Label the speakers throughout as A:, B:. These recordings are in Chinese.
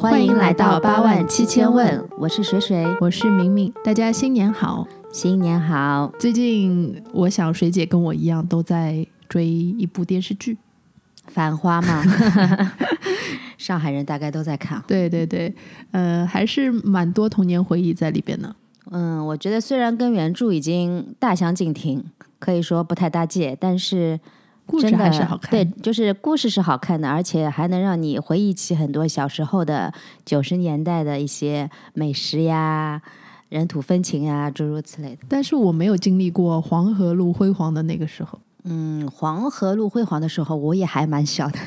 A: 欢迎来到八万七千问，
B: 我是水水，
A: 我是明明，大家新年好！
B: 新年好。
A: 最近我小水姐跟我一样都在追一部电视剧，
B: 繁 花嘛，上海人大概都在看。
A: 对对对，呃，还是蛮多童年回忆在里边呢。
B: 嗯，我觉得虽然跟原著已经大相径庭，可以说不太搭界，但是
A: 故事
B: 真的
A: 还是好看，
B: 对，就是故事是好看的，而且还能让你回忆起很多小时候的九十年代的一些美食呀、人土风情呀，诸如此类的。
A: 但是我没有经历过黄河路辉煌的那个时候。
B: 嗯，黄河路辉煌的时候，我也还蛮小的。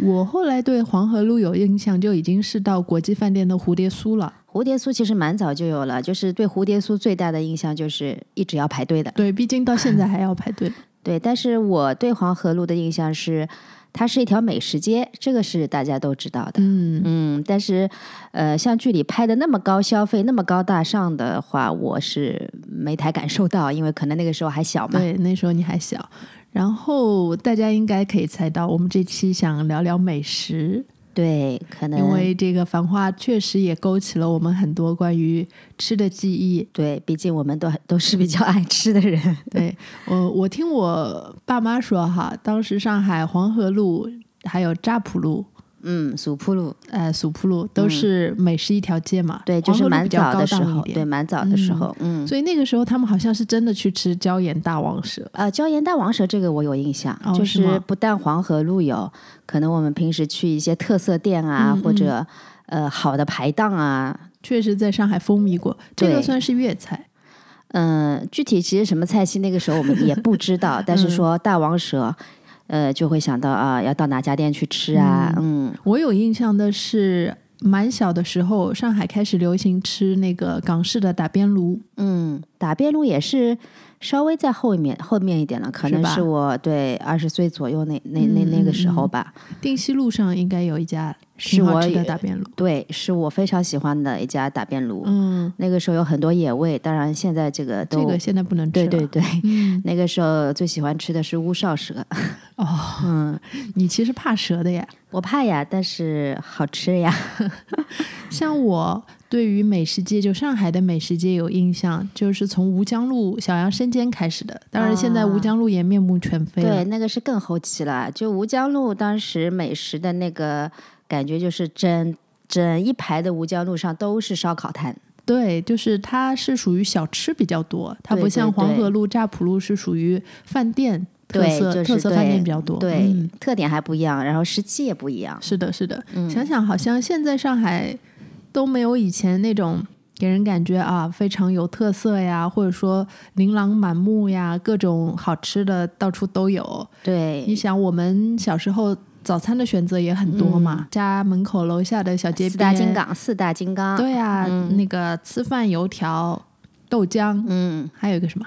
A: 我后来对黄河路有印象，就已经是到国际饭店的蝴蝶酥了。
B: 蝴蝶酥其实蛮早就有了，就是对蝴蝶酥最大的印象就是一直要排队的。
A: 对，毕竟到现在还要排队。
B: 对，但是我对黄河路的印象是，它是一条美食街，这个是大家都知道的。
A: 嗯，
B: 嗯，但是，呃，像剧里拍的那么高消费、那么高大上的话，我是没太感受到，因为可能那个时候还小嘛。
A: 对，那时候你还小。然后大家应该可以猜到，我们这期想聊聊美食，
B: 对，可能
A: 因为这个《繁花》确实也勾起了我们很多关于吃的记 忆。
B: 对，毕竟我们都都是比较爱吃 的人。
A: 对，我我听我爸妈说哈，当时上海黄河路还有乍浦路。
B: 嗯，蜀铺路，
A: 呃，蜀铺路都是美食一条街嘛，
B: 嗯对，就是
A: 黄河路
B: 蛮
A: 比较
B: 早
A: 高
B: 的时
A: 档一
B: 候，
A: 点
B: 对，蛮早的时候，嗯。
A: 所以那个时候他们好像是真的去吃椒盐大王蛇，
B: 呃，椒盐大王蛇这个我有印象，
A: 哦
B: 就是是
A: 吗
B: 不但黄河路有，可能我们平时去一些特色店啊，
A: 嗯
B: 或者呃好的排档啊，
A: 确实在上海风靡过。这个
B: 对
A: 算是粤菜，
B: 嗯、具体其实什么菜系那个时候我们也不知 道，
A: 嗯
B: 但是说大王蛇，呃，就会想到啊、要到哪家店去吃啊，嗯
A: 我有印象的是，蛮小的时候，上海开始流行吃那个港式的打边炉，
B: 嗯，打边炉也是稍微在后面后面一点了，可
A: 是
B: 能
A: 吧嗯
B: 是我对二十岁左右那那那那个时候吧，
A: 定西路上应该有一家
B: 是
A: 挺好
B: 我
A: 吃的
B: 也
A: 打边炉。
B: 对，是我非常喜欢的一家打边炉，
A: 嗯，
B: 那个时候有很多野味，当然现在这个都
A: 这个现在不能吃
B: 对
A: 了。
B: 对对，
A: 嗯，
B: 那个时候最喜欢吃的是乌梢蛇，
A: 哦，
B: 嗯，
A: 你其实怕蛇的呀。
B: 我怕呀，但是好 吃呀，
A: 像我对于美食街，就上海的美食街有印象，就是从吴江路小杨生煎开始的。当然，现在吴江路也面目全非了。
B: 对，那个是更后期了。就吴江路当时美食的那个感觉，就是整整一排的吴江路上都是烧烤摊，
A: 对就是它是属于小吃比较多，它
B: 对
A: 不
B: 对
A: 像黄
B: 对
A: 河路、乍浦路是属于饭店特
B: 对
A: 色、
B: 就是
A: 特色饭
B: 对
A: 店比较多。
B: 对，
A: 嗯
B: 特点还不一样，然后时期也不一样。
A: 是的，是的。
B: 嗯
A: 想想好像现在上海都没有以前那种给人感觉啊非常有特色呀，或者说琳琅满目呀，各种好吃的到处都有。你
B: 对，
A: 想，我们小时候早餐的选择也很多嘛，家门口楼下的小街边，
B: 嗯四大金，刚，四大金刚，
A: 对啊，那个吃饭油条、豆浆，
B: 嗯，
A: 还有一个什么？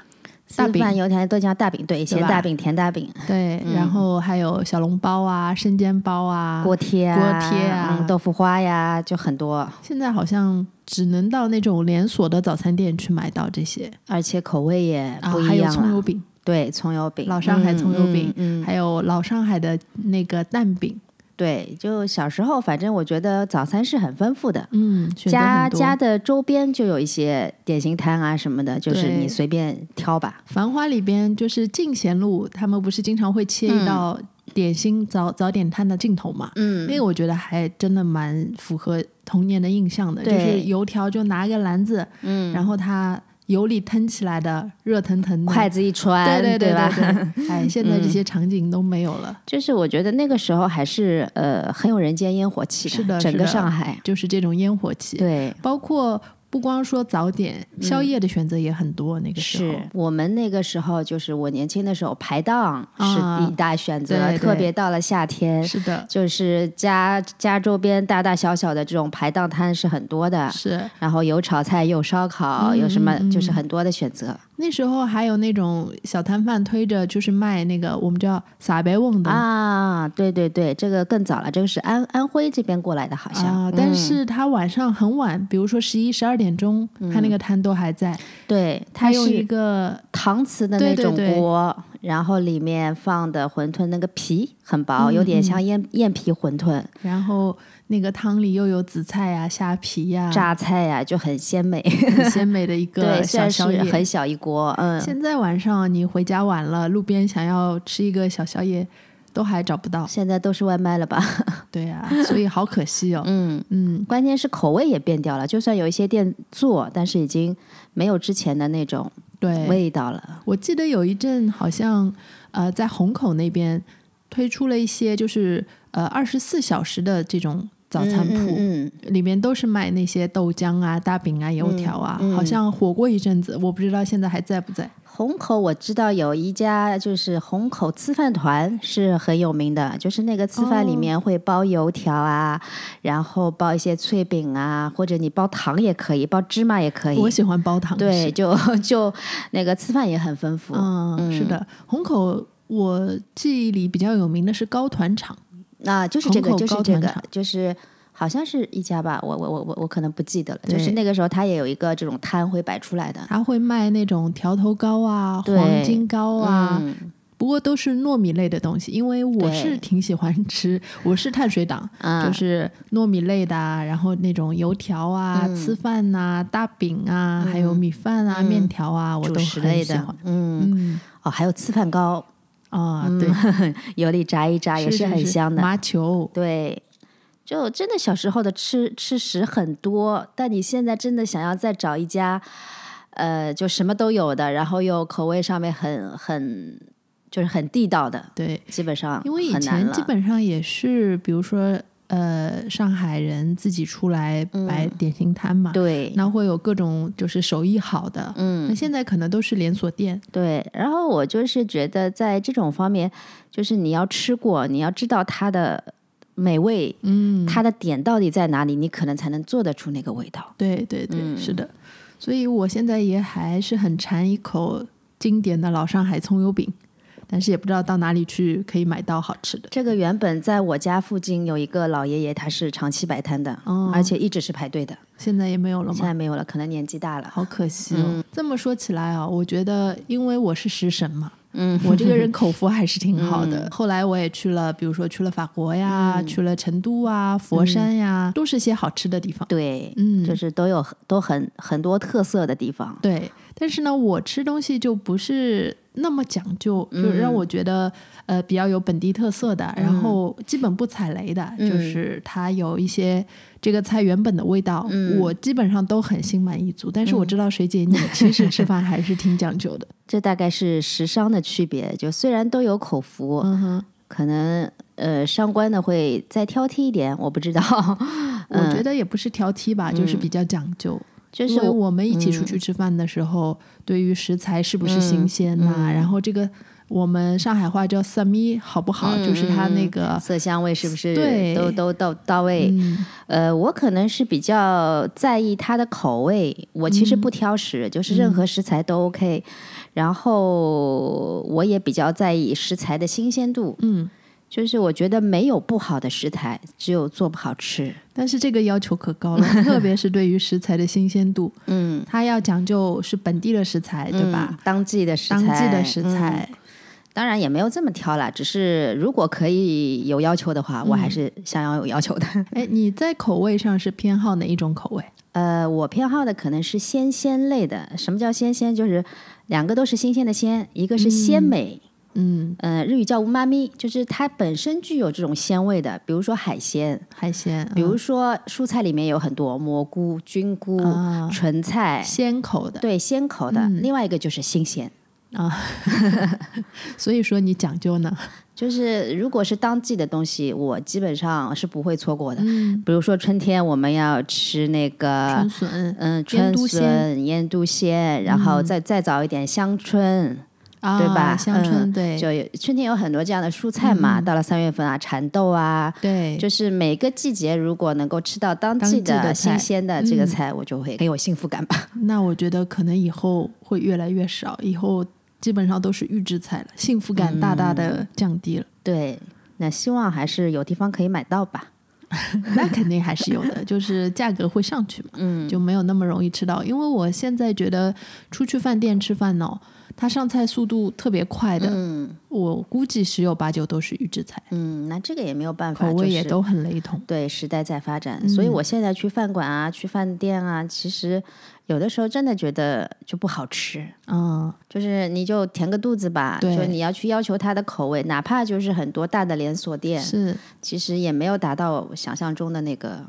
A: 大
B: 四
A: 饼
B: 饭油条豆浆大饼，对，咸
A: 吧
B: 大饼、甜大饼、
A: 对，
B: 嗯
A: 然后还有小笼包啊、生煎包啊。
B: 锅贴啊、
A: 锅贴啊
B: 嗯、豆腐花呀，就很多。
A: 现在好像只能到那种连锁的早餐店去买到这些，
B: 而且口味也
A: 啊
B: 不，
A: 还
B: 一
A: 有
B: 样
A: 葱
B: 了。
A: 油饼，
B: 对，葱油饼，
A: 老上海
B: 嗯
A: 葱油饼
B: 嗯，嗯
A: 还有老上海的那个蛋饼，
B: 对，就小时候，反正我觉得早餐是很丰富的。
A: 嗯，选择
B: 家
A: 很多。
B: 家的周边就有一些点心摊啊什么的，就是
A: 对
B: 你随便挑吧。
A: 《繁花》里边就是进贤路，他们不是经常会切一道点心早、早点摊的镜头嘛？
B: 嗯，
A: 那个我觉得还真的蛮符合童年的印象的，就是
B: 对
A: 油条就拿个篮子，嗯，然后它油里腾起来的，热腾腾的，
B: 筷子一穿，
A: 对对对
B: 吧？嗯
A: 对 对，哎，现在这些场景都没有了，
B: 就是我觉得那个时候还是呃很有人间烟火气
A: 是的
B: 整
A: 是
B: 个
A: 的
B: 上海。
A: 就是这种烟火气，
B: 对，嗯
A: 包括不光说早点，宵夜的选择也很多，那个时候
B: 是我们那个时候，就是我年轻的时候，排档
A: 啊
B: 是一大选择，
A: 对
B: 特
A: 对
B: 别到了夏天，
A: 是的，
B: 就是家家周边大大小小的这种排档摊是很多的，
A: 是。
B: 然后有炒菜，有烧烤，
A: 嗯
B: 有什么
A: 嗯嗯
B: 就是很多的选择、
A: 那时候还有那种小摊贩推着，就是卖那个我们叫撒白瓮的
B: 啊。对对对，这个更早了，这个是安安徽这边过来的，好像。嗯
A: 啊，但是他晚上很晚，比如说十一、十二点钟，
B: 嗯
A: 他那个摊都还在。
B: 对，它
A: 他用一
B: 是
A: 个
B: 搪瓷的
A: 对
B: 那
A: 对
B: 种
A: 对
B: 锅，然后里面放的馄饨那个皮很薄，有
A: 嗯
B: 点像燕燕皮馄饨，
A: 然后那个汤里又有紫菜呀、虾皮呀、
B: 榨菜呀、就很鲜美。
A: 很鲜美的一
B: 对，
A: 啊个
B: 虽
A: 小
B: 然
A: 宵
B: 是
A: 夜。
B: 很小一锅，嗯，
A: 现在晚上你回家晚了，路边想要吃一个小宵夜，都还找不到。
B: 现在都是外卖了吧？
A: 对呀、所以好可惜哦。
B: 嗯，
A: 嗯，
B: 关键是口味也变掉了，就算有一些店做，但是已经没有之前的那种
A: 对，
B: 味道了。
A: 我记得有一阵好像呃，在虹口那边推出了一些就是呃二十四小时的这种早餐铺，
B: 嗯，嗯
A: 里面都是卖那些豆浆啊、大饼啊、油条啊，
B: 嗯
A: 好像火过一阵子，我不知道现在还在不在。
B: 虹口我知道有一家就是虹口吃饭团是很有名的，就是那个吃饭里
A: 哦
B: 面会包油条啊，然后包一些脆饼啊，或者你包糖也可以，包芝麻也可以。
A: 我喜欢煲汤，
B: 对，
A: 是，
B: 就就那个吃饭也很丰富。
A: 嗯，是的，虹口。我记忆里比较有名的是高团厂，
B: 啊，就是这个，
A: 虹口
B: 就是
A: 高
B: 这
A: 团
B: 个
A: 厂，
B: 就是好像是一家吧，我我我我我可能不记得了。就是
A: 对
B: 那个时候，他也有一个这种摊会摆出来的
A: 它会卖那种条头糕啊、
B: 对
A: 黄金糕啊，
B: 嗯
A: 不过都是糯米类的东西，因为我
B: 对
A: 是挺喜欢吃，我是碳水党，
B: 啊，
A: 就是糯米类的啊，然后那种油条啊、
B: 嗯
A: 吃饭呐、大饼啊，还有米饭啊、
B: 嗯
A: 面条啊，我
B: 主
A: 都
B: 食
A: 很
B: 类
A: 喜
B: 的
A: 欢。，
B: 嗯，
A: 嗯
B: 哦，还有吃饭糕，
A: 啊，对，
B: 油里炸一炸也
A: 是
B: 很香的，
A: 麻球，
B: 对。就真的小时候的吃吃食很多，但你现在真的想要再找一家，呃，就什么都有的，然后又口味上面很很就是很地道的，
A: 对，
B: 基本上
A: 因为以
B: 啊很难
A: 前
B: 了
A: 基本上也是，比如说呃，上海人自己出来
B: 嗯
A: 摆点心摊嘛，
B: 对，
A: 那会有各种就是手艺好的，
B: 嗯
A: 那，现在可能都是连锁店，
B: 对，然后我就是觉得在这种方面，就是你要吃过，你要知道它的美味，
A: 嗯，
B: 它的点到底在哪里，你可能才能做得出那个味道。
A: 对对对，
B: 嗯
A: 是的，所以我现在也还是很馋一口经典的老上海葱油饼，但是也不知道到哪里去可以买到好吃的。
B: 这个原本在我家附近有一个老爷爷，他是长期摆摊的，
A: 哦
B: 而且一直是排队的，
A: 现在也没有了
B: 现嗯
A: 吗？
B: 在没有了，可能年纪大了。
A: 好可惜哦。这么说起来啊，我觉得因为我是食神嘛，
B: 嗯，
A: 我 这个人口福还是挺好的。后来我也去了，比如说去了法国呀，
B: 嗯
A: 去了成都啊、佛山呀，都是些好吃的地方。
B: 对，
A: 嗯，
B: 就是都有都很很多特色的地方。
A: 对，但是呢，我吃东西就不是那么讲究，就让
B: 嗯
A: 我觉得呃比较有本地特色的，然后基本不踩雷的，
B: 嗯
A: 就是它有一些这个菜原本的味道，
B: 嗯
A: 我基本上都很心满意足。但是我知道水姐你其实吃饭还是挺讲 究的，
B: 这大概是食商的区别，就虽然都有口福，
A: 嗯哼，
B: 可能呃相关的会再挑剔一点，我不知道。
A: 我觉得也不是挑剔吧，就是比较讲究。
B: 就
A: 因
B: 嗯是
A: 为
B: 我嗯
A: 我们一起出去吃饭的时候，对于食材是不是新鲜呐、
B: 嗯
A: 然后这个我们上海话叫“三米”好不好？就是它
B: 嗯
A: 那个
B: 色香味是不是
A: 对嗯
B: 都都到到位？呃，我可能是比较在意它的口味，我其
A: 嗯
B: 实不挑食，就是任何食材都 OK。然后我也比较在意食材的新鲜度，
A: 嗯，
B: 就是我觉得没有不好的食材，只有做不好吃。
A: 但是这个要求可高了， 特别是对于食材的新鲜度，
B: 嗯，
A: 它要讲究是本地的食材，对吧
B: 嗯？？当季的食材，
A: 当季的食
B: 嗯
A: 材，
B: 当然也没有这么挑啦，只是如果可以有要求的话，
A: 嗯
B: 我还是想要有要求的。
A: 哎、你在口味上是偏好哪一种口味？
B: 呃，我偏好的可能是鲜鲜类的。什么叫鲜鲜？就是两个都是新鲜的鲜，一个是鲜美，
A: 嗯，
B: 嗯、呃，日语叫无妈咪，就是它本身具有这种鲜味的，比如说海鲜。
A: 海鲜，啊
B: 比如说蔬菜里面有很多蘑菇、菌菇、
A: 啊
B: 纯菜，
A: 鲜口的嗯
B: 对鲜口的。另外一个就是新鲜，
A: 啊，所以说你讲究呢，
B: 就是如果是当季的东西，我基本上是不会错过的。
A: 嗯，
B: 比如说春天我们要吃那个
A: 春笋
B: 嗯
A: 腌
B: 春
A: 笃鲜嗯
B: 笋、腌笃鲜，然后再、再早一点香椿，
A: 啊，
B: 对吧？
A: 香椿，
B: 嗯
A: 对嗯
B: 就有春天有很多这样的蔬菜嘛。到了三月份啊，蚕豆啊，
A: 对，
B: 就是每个季节如果能够吃到当
A: 当
B: 季
A: 季的菜嗯
B: 新鲜的这个菜，我就会很有幸福感吧。
A: 那我觉得可能以后会越来越少，以后基本上都是预制菜了，幸福感大大
B: 嗯
A: 的降低了。
B: 对，那希望还是有地方可以买到吧。
A: 那肯定还是有的， 就是价格会上去嘛，
B: 嗯
A: 就没有那么容易吃到。因为我现在觉得出去饭店吃饭呢，哦它上菜速度特别快的，
B: 嗯
A: 我估计十有八九都是预制菜，
B: 嗯，那这个也没有办法，
A: 口味
B: 就
A: 也
B: 是
A: 都很雷同。
B: 对，时代在发展，所以
A: 嗯
B: 我现在去饭馆啊，去饭店啊，其实有的时候真的觉得就不好吃，
A: 嗯，
B: 就是你就填个肚子吧，就
A: 对
B: 你要去要求它的口味，哪怕就是很多大的连锁店，
A: 是
B: 其实也没有达到我想象中的那个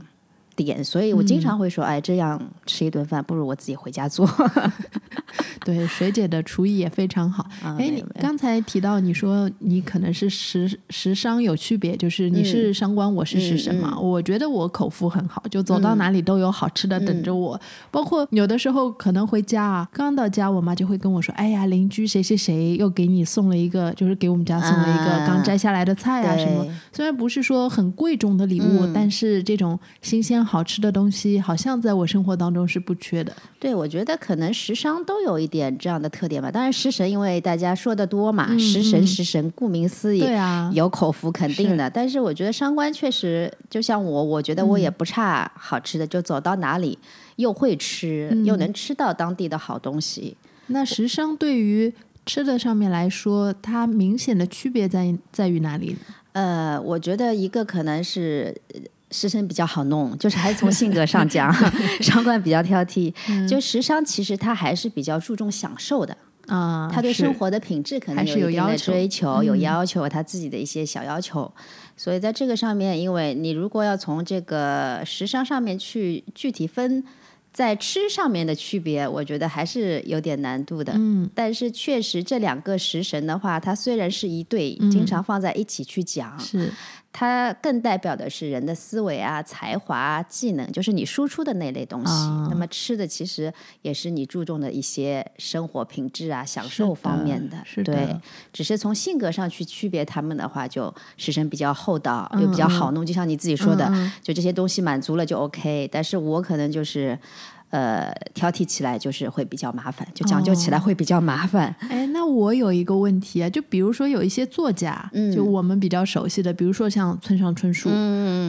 B: 点，所以我
A: 嗯
B: 经常会说，哎，这样吃一顿饭不如我自己回家做。
A: 对水姐的厨艺也非常好。
B: 啊
A: 哎、
B: 没
A: 你
B: 有没有
A: 刚才提到你说你可能是食食商有区别，就是你
B: 嗯
A: 是商官，我是食神嘛。我觉得我口福很好，就走
B: 嗯
A: 到哪里都有好吃的等着我。包括有的时候可能回家啊，刚到家，我妈就会跟我说：“哎呀，邻居谁谁谁又给你送了一个，就是给我们家送了一个
B: 啊
A: 刚摘下来的菜啊什么。
B: 对嗯
A: 虽然不是说很贵重的礼物，但是这种新鲜好吃的东西，好像在我生活当中是不缺的。
B: 对，我觉得可能食商都有一点这样的特点吧。当然，食神因为大家说的多
A: 嗯
B: 嘛，食神食神，顾名思义，
A: 对啊，
B: 有口福肯定的，但是我觉得商官确实，就像我，我觉得我也不差好吃的，就走到哪里又会吃，又能吃到当地的好东西。
A: 那时尚对于吃的上面来说，它明显的区别在在于哪里呢？
B: 呃，我觉得一个可能是。呃师生比较好弄，就是还是从性格上讲，商官比较挑剔。就时尚其实他还是比较注重享受的，
A: 啊、
B: 他对
A: 是
B: 生活的品质可能
A: 还是
B: 有
A: 有
B: 一定
A: 要
B: 的
A: 求嗯
B: 追求，有要求，他自己的一些小要求。所以在这个上面，因为你如果要从这个时尚上面去具体分。在吃上面的区别，我觉得还是有点难度的。嗯，但是确实这两个食神的话，它虽然是一对，经常放在一起去讲，
A: 嗯是
B: 它更代表的是人的思维啊、才华、啊、技能，就是你输出的那类东西。
A: 啊
B: 那么吃的其实也是你注重的一些生活品质啊、享受方面的。
A: 是的
B: 对，只是从性格上去区别他们的话，就食神比较厚道，又
A: 嗯
B: 比较好弄。就像你自己说的，就这些东西满足了就 OK。但是我可能就是。呃，挑剔起来就是会比较麻烦，就讲究起
A: 哦
B: 来会比较麻烦。
A: 哎，那我有一个问题啊，就比如说有一些作家，
B: 嗯
A: 就我们比较熟悉的，比如说像村上春树，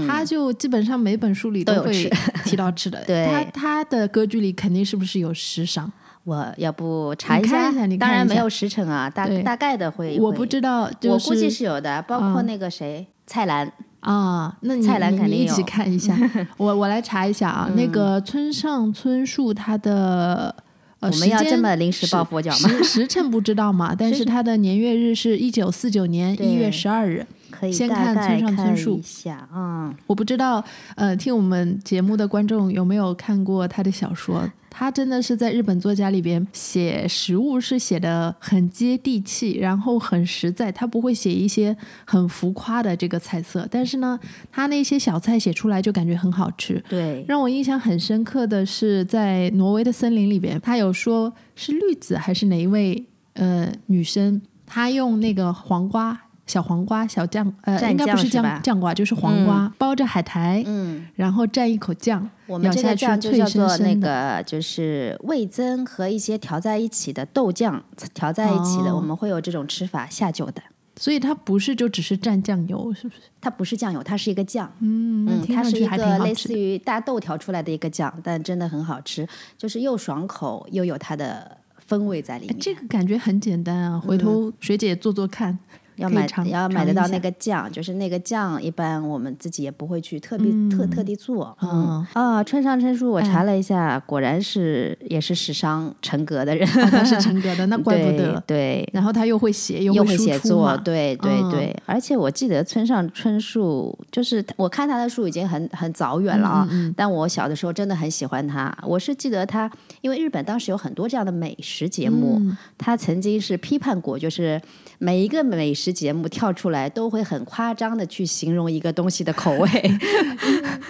A: 他就基本上每本书里
B: 嗯都
A: 都
B: 有
A: 会
B: 吃
A: 提到吃的，
B: 对
A: 他他的歌剧里肯定是不是有时尚？
B: 我要不查
A: 你
B: 一
A: 看
B: 下，
A: 一下你
B: 当
A: 看
B: 然
A: 一
B: 没
A: 下
B: 有时辰啊，大
A: 对
B: 大概的会。
A: 我
B: 会
A: 不知道，就是、
B: 我估计是有的，包括那个谁，蔡澜，
A: 啊，那你
B: 蔡澜
A: 你
B: 肯
A: 你
B: 定
A: 一起
B: 有嗯
A: 看 一下，我我来查一下啊，那个村上春树他的。呃，
B: 我们要
A: 时间
B: 这么临时抱佛脚吗
A: 时时辰不知道 嘛，但是他的年月日是一九四九年一月
B: 对
A: 十二日。
B: 可以
A: 先
B: 大
A: 看
B: 概
A: 村上春
B: 看
A: 树
B: 一下，嗯，
A: 我不知道，呃，听我们节目的观众有没有看过他的小说？他真的是在日本作家里边写食物是写的很接地气，然后很实在，他不会写一些很浮夸的这个菜色，但是呢，他那些小菜写出来就感觉很好吃。
B: 对，
A: 让我印象很深刻的是，在挪威的森林里边，他有说是绿子还是哪一位呃女生，她用那个黄瓜。小黄瓜、小酱，呃，
B: 蘸
A: 应该不
B: 酱
A: 是
B: 是
A: 酱
B: 吧
A: 酱瓜，就是黄瓜，包着海苔，
B: 嗯，
A: 然后蘸一口酱，
B: 我们
A: 咬
B: 这
A: 下
B: 个
A: 去
B: 酱就
A: 脆
B: 叫
A: 生
B: 做那
A: 生的
B: 个就是味增和一些调在一起的豆酱调在一起的，我
A: 哦
B: 们会有这种吃法下酒的。
A: 所以它不是就只是蘸酱油，是不是？
B: 它不是酱油，它是一个酱，
A: 嗯，那
B: 嗯，
A: 听
B: 它
A: 上
B: 是
A: 去
B: 一
A: 还挺
B: 个
A: 好
B: 类
A: 吃的。
B: 似于大豆调出来的一个酱，但真的很好吃，就是又爽口又有它的风味在里
A: 哎
B: 面。
A: 这个感觉很简单啊，回头水
B: 嗯
A: 姐做做看，
B: 要
A: 可以
B: 买
A: 尝
B: 要
A: 尝
B: 买得
A: 一
B: 到
A: 下
B: 那个酱，就是那个酱，一般我们自己也不会去特别、特特地做。嗯啊，村上春
A: 哎
B: 树我查了一下，果然是也是时尚成格的人，
A: 哦 他是陈格的，那怪不得。
B: 对。
A: 然后他又会写，
B: 对
A: 又
B: 又
A: 会
B: 会
A: 输
B: 写
A: 出嘛
B: 作，对对
A: 嗯
B: 对，而且我记得村上春树，就是他我看他的书已经很很早远了啊，
A: 嗯
B: 但我小的时候真的很喜欢他。我是记得他，因为日本当时有很多这样的美食节目，
A: 嗯
B: 他曾经是批判过，就是每一个美食节目跳出来都会很夸张的去形容一个东西的口味，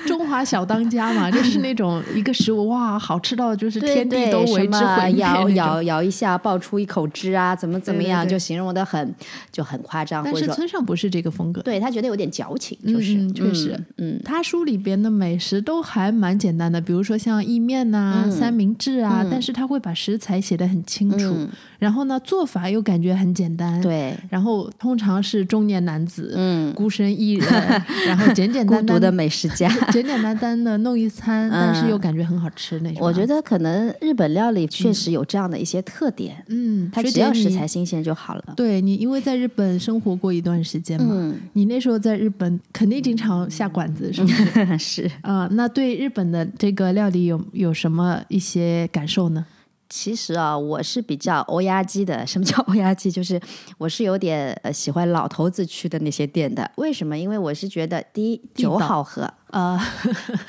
A: 中华小当家 嘛，就是那种一个食物哇，好吃到 就是
B: 对
A: 天地
B: 对，
A: 都
B: 什
A: 为之
B: 么
A: 毁灭
B: 咬
A: 那种。
B: 咬咬一下爆出一口汁啊，怎么怎么
A: 对对
B: 样，
A: 对
B: 就形容的很就很夸张，
A: 但
B: 或者
A: 是
B: 说
A: 村上不是这个风格，
B: 对他觉得有点矫情，
A: 嗯
B: 就是、
A: 嗯确实，
B: 嗯，
A: 他书里边的美食都还蛮简单的，比如说像意面呐、
B: 嗯
A: 三明治啊，但是他会把食材写得很清楚，然后呢做法又感觉很简单，
B: 嗯嗯，对。
A: 然后通常是中年男子，
B: 嗯
A: 孤身一 人，然后简简
B: 孤
A: 单
B: 独
A: 单
B: 的美食 家。
A: 简简单单的弄一餐，但是又感觉很好吃那种啊。
B: 我觉得可能日本料理确实有这样的一些特点，
A: 嗯，
B: 它
A: 学
B: 只
A: 姐
B: 要食
A: 你
B: 材新鲜就好了。
A: 对你，因为在日本生活过一段时间嘛，
B: 嗯，
A: 你那时候在日本肯定经常下馆子，是不 是？
B: 是。
A: 啊、那对日本的这个料理有有什么一些感受呢？
B: 其实啊，我是比较欧亚基的。什么叫欧亚基？就是我是有点呃喜欢老头子去的那些店的。为什么？因为我是觉得第一
A: 地道嗯
B: 酒好喝，
A: 呃，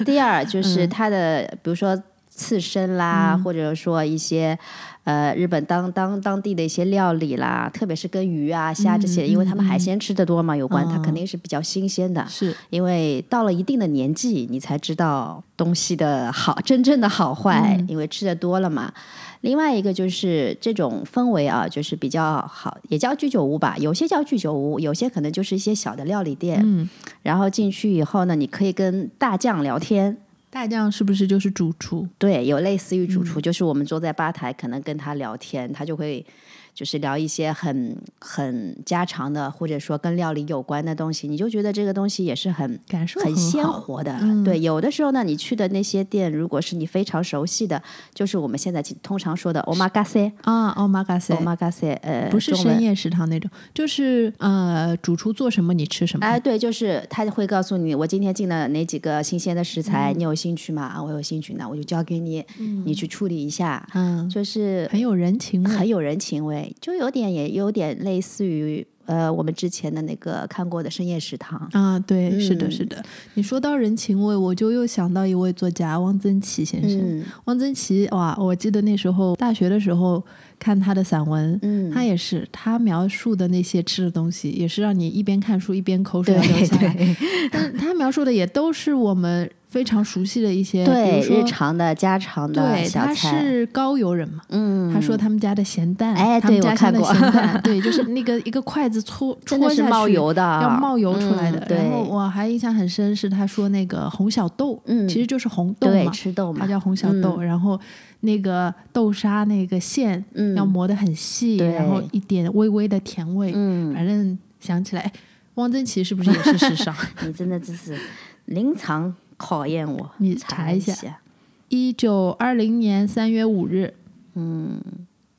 B: 第二就是它的，比如说刺身啦，
A: 嗯
B: 或者说一些呃日本当当当地的一些料理啦，特别是跟鱼啊、虾这
A: 嗯
B: 些，因为他们海鲜吃的多嘛，有关、它
A: 哦
B: 肯定是比较新鲜的。
A: 是
B: 因为到了一定的年纪，你才知道东西的好，真正的好坏，因为吃的多了嘛。另外一个就是这种氛围啊，就是比较好，也叫居酒屋吧，有些叫居酒屋，有些可能就是一些小的料理店。
A: 嗯，
B: 然后进去以后呢，你可以跟大将聊天。
A: 大酱是不是就是主厨？
B: 对，有类似于主厨，就是我们坐在吧台，可能跟他聊天，他就会就是聊一些很很家常的，或者说跟料理有关的东西，你就觉得这个东西也是很
A: 感受
B: 很
A: 好
B: 鲜活的。
A: 嗯
B: 对，有的时候呢，你去的那些店，如果是你非常熟悉的，就是我们现在通常说的 omakase。
A: 啊。哦，马嘎塞，
B: omakase，呃，
A: 不是
B: 中文
A: 深夜食堂那种，就是呃，主厨做什么你吃什么。
B: 哎，对，就是他会告诉你，我今天进了哪几个新鲜的食材，
A: 嗯
B: 你有兴趣吗？啊，我有兴趣，那我就交给你，你去处理一下，
A: 嗯，
B: 就是
A: 很有人情味。
B: 很有人情味，就有点也有点类似于呃我们之前的那个看过的深夜食堂。
A: 啊，对，是的，
B: 嗯
A: 是的。你说到人情味，我就又想到一位作家汪曾祺先生。
B: 嗯
A: 汪曾祺，哇，我记得那时候大学的时候看他的散文，
B: 嗯，
A: 他也是他描述的那些吃的东西，也是让你一边看书一边口水要流
B: 对
A: 下来。
B: 对
A: 但是他描述的也都是我们非常熟悉的一些，
B: 对，
A: 比如
B: 日
A: 说，
B: 常的家常的
A: 对，
B: 小
A: 他
B: 菜，
A: 是高邮人嘛。
B: 嗯，
A: 他说他们家的咸蛋，
B: 哎
A: 他们
B: 对
A: 家
B: 我
A: 乡
B: 看
A: 的
B: 过
A: 咸 蛋，对，就是那个一个筷子戳
B: 真的
A: 戳
B: 是
A: 下
B: 冒
A: 去
B: 油的，啊
A: 要冒油出来的。
B: 嗯
A: 然后
B: 对
A: 我还印象很深是他说那个红小豆，
B: 嗯
A: 其实就是红豆
B: 对
A: 嘛，
B: 吃豆
A: 它
B: 嘛，
A: 叫红小豆。然后那个豆沙那个馅
B: 嗯
A: 要磨得很细，
B: 对
A: 然后一点微微的甜味。
B: 嗯，
A: 反正想起来，哎汪曾祺是不是也是时尚？
B: 你真的只是临场考验我，
A: 你查
B: 查
A: 一
B: 一
A: 下。一九二零年三月五日，嗯。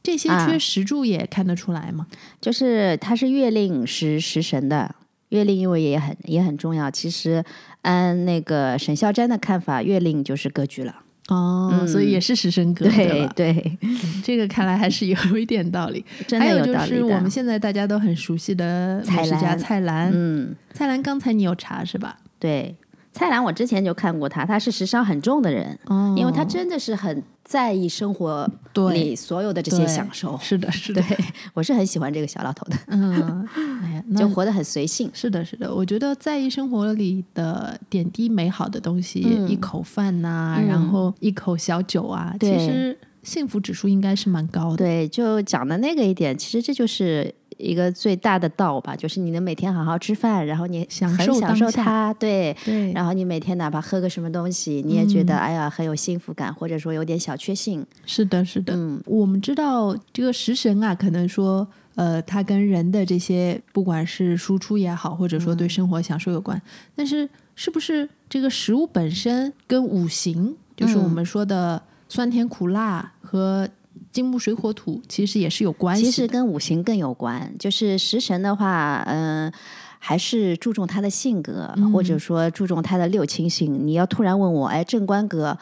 A: 这些
B: 啊
A: 缺石柱也看得出来吗？
B: 就是它是月令食食神的。月令因为也很也很重要，其实按那个沈孝瞻的看法，月令就是歌剧了。
A: 哦，所以也是食神哥，
B: 对
A: 吧？
B: 对，
A: 这个看来还是有一点道理。
B: 真
A: 还
B: 的
A: 有
B: 道
A: 就
B: 理
A: 是我们
B: 的。
A: 现在大家都很熟悉的美食家蔡澜，
B: 嗯，
A: 蔡澜刚才你有查是吧？
B: 对，蔡澜我之前就看过他，他是时尚很重的人，
A: 哦
B: 因为他真的是很在意生活
A: 对
B: 里所有的这
A: 对
B: 些享 受。
A: 是的，是的
B: 对，， 我是很喜欢这个小老头的，
A: 嗯，哎呀， 那
B: 就活得很随性。
A: 是的，是的，我觉得在意生活里的点滴美好的东西，
B: 嗯
A: 一口饭呐、
B: 嗯
A: 然后一口小酒啊，
B: 对
A: 其实幸福指数应该是蛮高的。
B: 对，就讲的那个一点，其实这就是一个最大的道吧，就是你能每天好好吃饭，然后你
A: 享
B: 很
A: 受当
B: 享受
A: 下
B: 它，对。
A: 对嗯
B: 然后你每天哪怕喝个什么东西，你也觉得、哎呀很有幸福感，或者说有点小确幸。
A: 是的，是的，
B: 嗯
A: 我们知道这个食神啊，可能说，呃，它跟人的这些不管是输出也好，或者说
B: 嗯
A: 对生活享受有关，但是是不是这个食物本身跟五行，就是
B: 嗯
A: 我们说的酸甜苦辣和金木水火土，其实也是有关系
B: 其
A: 的。
B: 实跟五行更有关，就是食神的话，嗯、还是注重他的性格，
A: 嗯
B: 或者说注重他的六亲性。你要突然问我，哎，正官格
A: 啊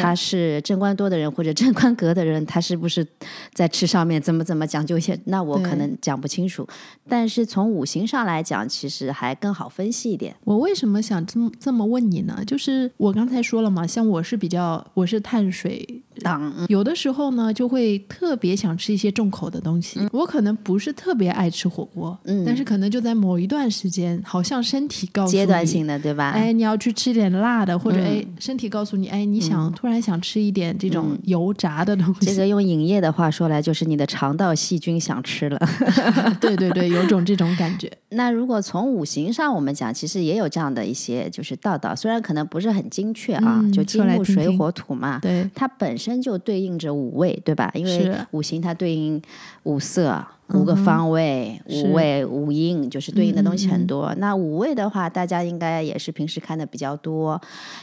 B: 他是正官多的人，或者正官格的人，他是不是在吃上面怎么怎么讲究一些？那我
A: 对
B: 可能讲不清楚。但是从五行上来讲，其实还更好分析一点。
A: 我为什么想这么这么问你呢？就是我刚才说了嘛，像我是比较我是碳水
B: 党嗯
A: 有的时候呢，就会特别想吃一些重口的东西。我可能不是特别爱吃火锅，
B: 嗯
A: 但是可能就在某一段时间，好像身体告诉你
B: 阶段性啊嗯的，对吧？
A: 哎，你要去吃一点辣的，或者、哎，身体告诉你，哎，你
B: 嗯
A: 想、突然想吃一点这种油炸的东西。
B: 这个用营业的话说来，就是你的肠道细菌想吃了。
A: 对对对，有种这种感觉。
B: 那如果从五行上我们讲，其实也有这样的一些就是道道，虽然可能不是很精确啊，
A: 嗯
B: 就金
A: 说来
B: 木
A: 听听
B: 水火土嘛，
A: 对，
B: 它本身就对应着五味，对吧？因为
A: 是嗯
B: 五行它对应五色、五个方位、
A: 是
B: 五味、五音，就是对应的东西
A: 嗯嗯
B: 很
A: 嗯
B: 多。那五味的话，大家应该也是平时看的比较多，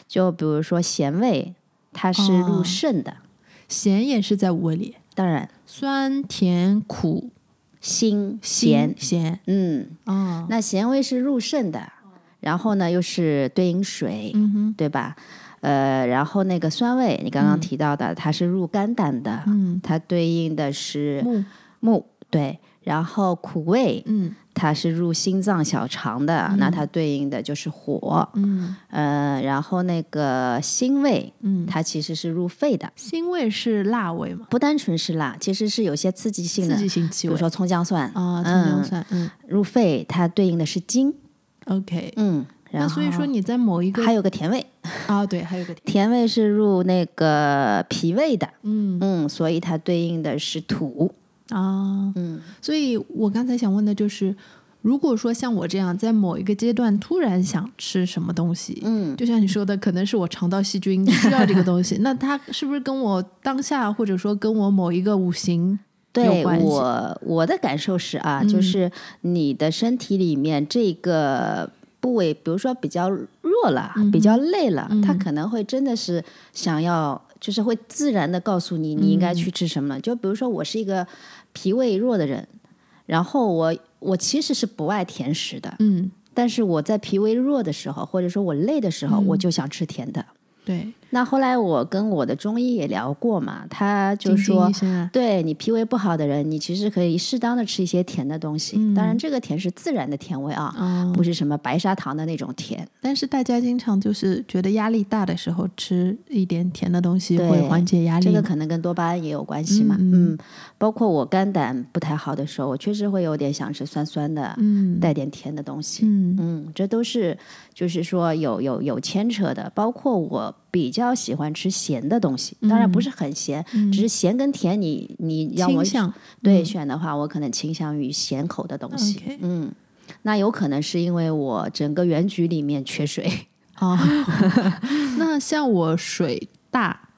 B: 就比如说咸味，它是入
A: 哦
B: 肾的，
A: 咸也是在五味里，
B: 当然
A: 酸甜苦
B: 辛
A: 辛
B: 咸，
A: 咸
B: 嗯，
A: 啊，
B: 那咸味是入肾的，然后呢又是对应水，
A: 嗯哼，
B: 对吧？呃，然后那个酸味，你刚刚提到的，它是入肝胆的，
A: 嗯，
B: 它对应的是
A: 木，
B: 木，对。然后苦味，
A: 嗯
B: 它是入心脏、小肠的，那它对应的就是火。
A: 嗯
B: 呃，然后那个辛味，
A: 嗯，
B: 它其实是入肺的，
A: 辛味是辣味嘛，
B: 不单纯是辣，其实是有些刺激性
A: 刺
B: 的，
A: 激性
B: 比
A: 气
B: 如
A: 味
B: 说葱姜蒜
A: 啊，葱姜
B: 嗯、
A: 蒜，嗯
B: 入肺，它对应的是金，
A: ，OK。
B: 嗯。
A: 那
B: 然
A: 所以
B: 后
A: 说你在某一个
B: 还有个甜味，
A: 啊，对，还有个甜，
B: 甜味是入那个脾胃的，
A: 嗯
B: 嗯，所以它对应的是土，
A: 啊，
B: 嗯，
A: 所以我刚才想问的就是，如果说像我这样，在某一个阶段突然想吃什么东西，
B: 嗯，
A: 就像你说的，可能是我肠道细菌需要这个东 西，那它是不是跟我当下或者说跟我某一个五行有
B: 对
A: 关系
B: 我我的感受是啊，
A: 嗯
B: 就是你的身体里面这个部位，比如说比较弱了，比较累了，它
A: 嗯
B: 可能会真的是想要，就是会自然的告诉你你应该
A: 嗯
B: 去吃什么了。就比如说我是一个脾胃弱的人，然后我我其实是不爱甜食的，
A: 嗯，
B: 但是我在脾胃弱的时候，或者说我累的时候，
A: 嗯
B: 我就想吃甜的。
A: 对，
B: 那后来我跟我的中医也聊过嘛，他就
A: 金星
B: 说
A: 医，生啊，
B: 对你脾胃不好的人，你其实可以适当的吃一些甜的东西。当然，这个甜是自然的甜味啊，
A: 嗯，
B: 不是什么白砂糖的那种甜。
A: 但是大家经常就是觉得压力大的时候吃一点甜的东西
B: 对
A: 会缓解压力
B: 这
A: 嘛，
B: 个可能跟多巴胺也有关系嘛。
A: 嗯
B: 嗯，包括我肝胆不太好的时候，我确实会有点想吃酸酸的，
A: 嗯
B: 带点甜的东西。
A: 嗯
B: 嗯，这都是就是说有有有牵扯的，包括我比较喜欢吃咸的东西，当然不是很咸，只是咸跟甜你，你让
A: 嗯
B: 我
A: 倾向嗯
B: 对选的话，我可能倾向于咸口的东西。
A: OK
B: 嗯，那有可能是因为我整个原局里面缺水，
A: 哦， 那像我水大，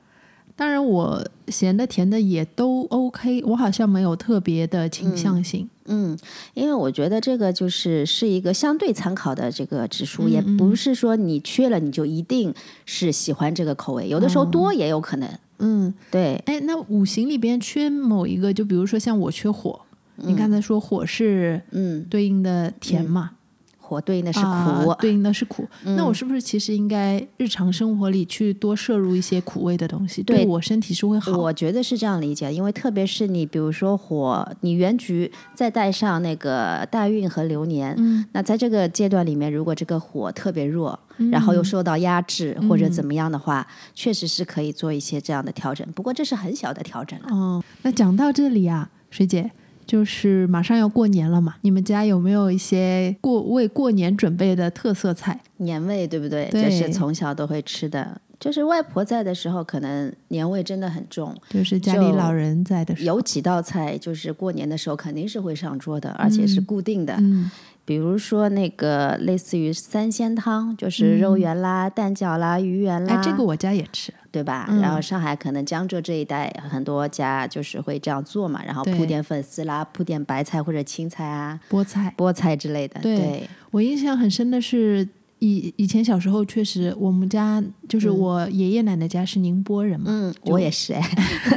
A: 当然我咸的甜的也都 OK，我好像没有特别的倾向性。
B: 嗯，因为我觉得这个就是是一个相对参考的这个指数，也
A: 嗯嗯
B: 不是说你缺了你就一定是喜欢这个口味，有的
A: 哦
B: 时候多也有可能。
A: 嗯，
B: 对，
A: 哎，那五行里边缺某一个，就比如说像我缺火，你刚才说火是
B: 嗯，
A: 对应的甜嘛，
B: 火对应的是苦。嗯
A: 啊对应的是苦。那我是不是其实应该日常生活里去多摄入一些苦味的东西，对
B: 对
A: 我身体是会好？
B: 我觉得是这样理解，因为特别是你，比如说火，你原局再带上那个大运和流年，
A: 嗯
B: 那在这个阶段里面，如果这个火特别弱，
A: 嗯
B: 然后又受到压制、或者怎么样的话，确实是可以做一些这样的调整。不过这是很小的调整了。
A: 哦，那讲到这里啊，水姐，就是马上要过年了嘛，你们家有没有一些过为过年准备的特色菜？
B: 年味对不对？
A: 对
B: 这是从小都会吃的。就是外婆在的时候，可能年味真的很重，
A: 就是家里
B: 就
A: 老人在的时候，
B: 有几道菜就是过年的时候肯定是会上桌的，而且是固定的。
A: 嗯
B: 比如说那个类似于三鲜汤，就是肉圆啦、蛋饺啦、鱼圆
A: 嗯
B: 啦，
A: 哎，这个我家也吃，
B: 对吧？
A: 嗯
B: 然后上海可能江浙这一带很多家就是会这样做嘛，然后
A: 对
B: 铺点粉丝啦，铺点白菜或者青菜啊、
A: 菠菜。
B: 菠菜之类的。嗯
A: 对我印象很深的是。以以前小时候确实，我们家就是我爷爷奶奶家是宁波人嘛，
B: 嗯，我也是哎。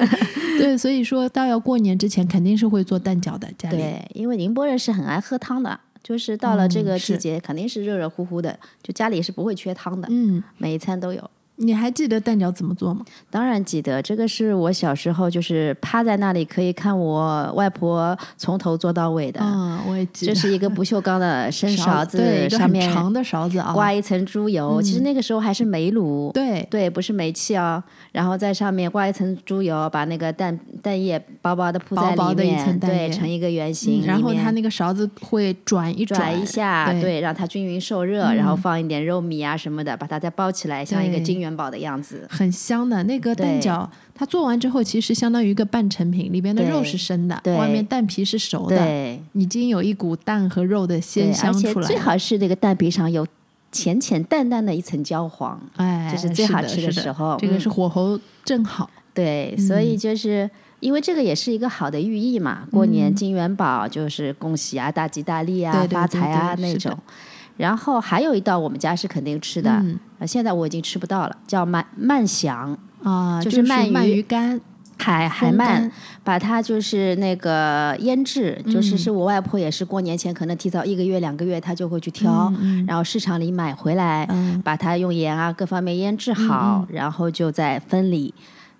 A: 对，所以说到要过年之前肯定是会做蛋饺的，家里
B: 对，因为宁波人是很爱喝汤的，就是到了这
A: 嗯
B: 个
A: 是
B: 季节，肯定是热热乎乎的，就家里是不会缺汤的，
A: 嗯，
B: 每一餐都有。
A: 你还记得蛋饺怎么做吗？
B: 当然记得，这个是我小时候就是趴在那里可以看我外婆从头做到尾的。
A: 嗯，我也记
B: 这
A: 得，
B: 是一个不锈 钢的生勺
A: 对，
B: 子，
A: 一个
B: 上
A: 很
B: 面
A: 长的勺子啊，
B: 挂一层猪油。其实那个时候还是煤炉，
A: 对，
B: 不是煤气哦。然后在上面挂一层猪油，把那个蛋蛋液薄薄的铺在里面，
A: 薄薄的一层蛋液
B: 对，成一个圆形。
A: 嗯然后
B: 里面
A: 它那个勺子会转一
B: 转一下，
A: 对嗯
B: 让它均匀受热，然后放一点肉米啊什么的，把它再包起来，像一个
A: 对
B: 金元宝的样子。
A: 很香的那个蛋
B: 对
A: 饺，它做完之后其实相当于一个半成品，里边的
B: 对
A: 肉是生的，
B: 对
A: 外面蛋皮是熟的，
B: 对，
A: 已经有一股蛋和肉的
B: 对
A: 鲜，香
B: 而且
A: 出来
B: 最
A: 了。
B: 好是那个蛋皮上有浅浅淡淡的一层焦黄，
A: 哎，
B: 这是最好
A: 的
B: 吃的
A: 是的
B: 时候
A: 这个
B: 嗯
A: 是火候正好。
B: 对，所
A: 嗯
B: 以就是因为这个也是一个好的寓意嘛，过年金元宝就是恭喜啊、大吉大利啊、
A: 嗯对对
B: 发财啊
A: 对对
B: 那
A: 是的
B: 种。然后还有一道我们家是肯定吃的，
A: 嗯
B: 呃现在我已经吃不到了，叫鳗鳗翔，
A: 啊，
B: 就是
A: 是
B: 鳗鱼
A: 鳗鱼干、
B: 海海
A: 风
B: 鳗
A: 干，，
B: 把它就是那个腌制，
A: 嗯
B: 就是是我外婆也是过年前可能提早一个月两个月，她就会去挑，然后市场里买回来，
A: 嗯，
B: 把它用盐啊各方面腌制好，然后就再分离、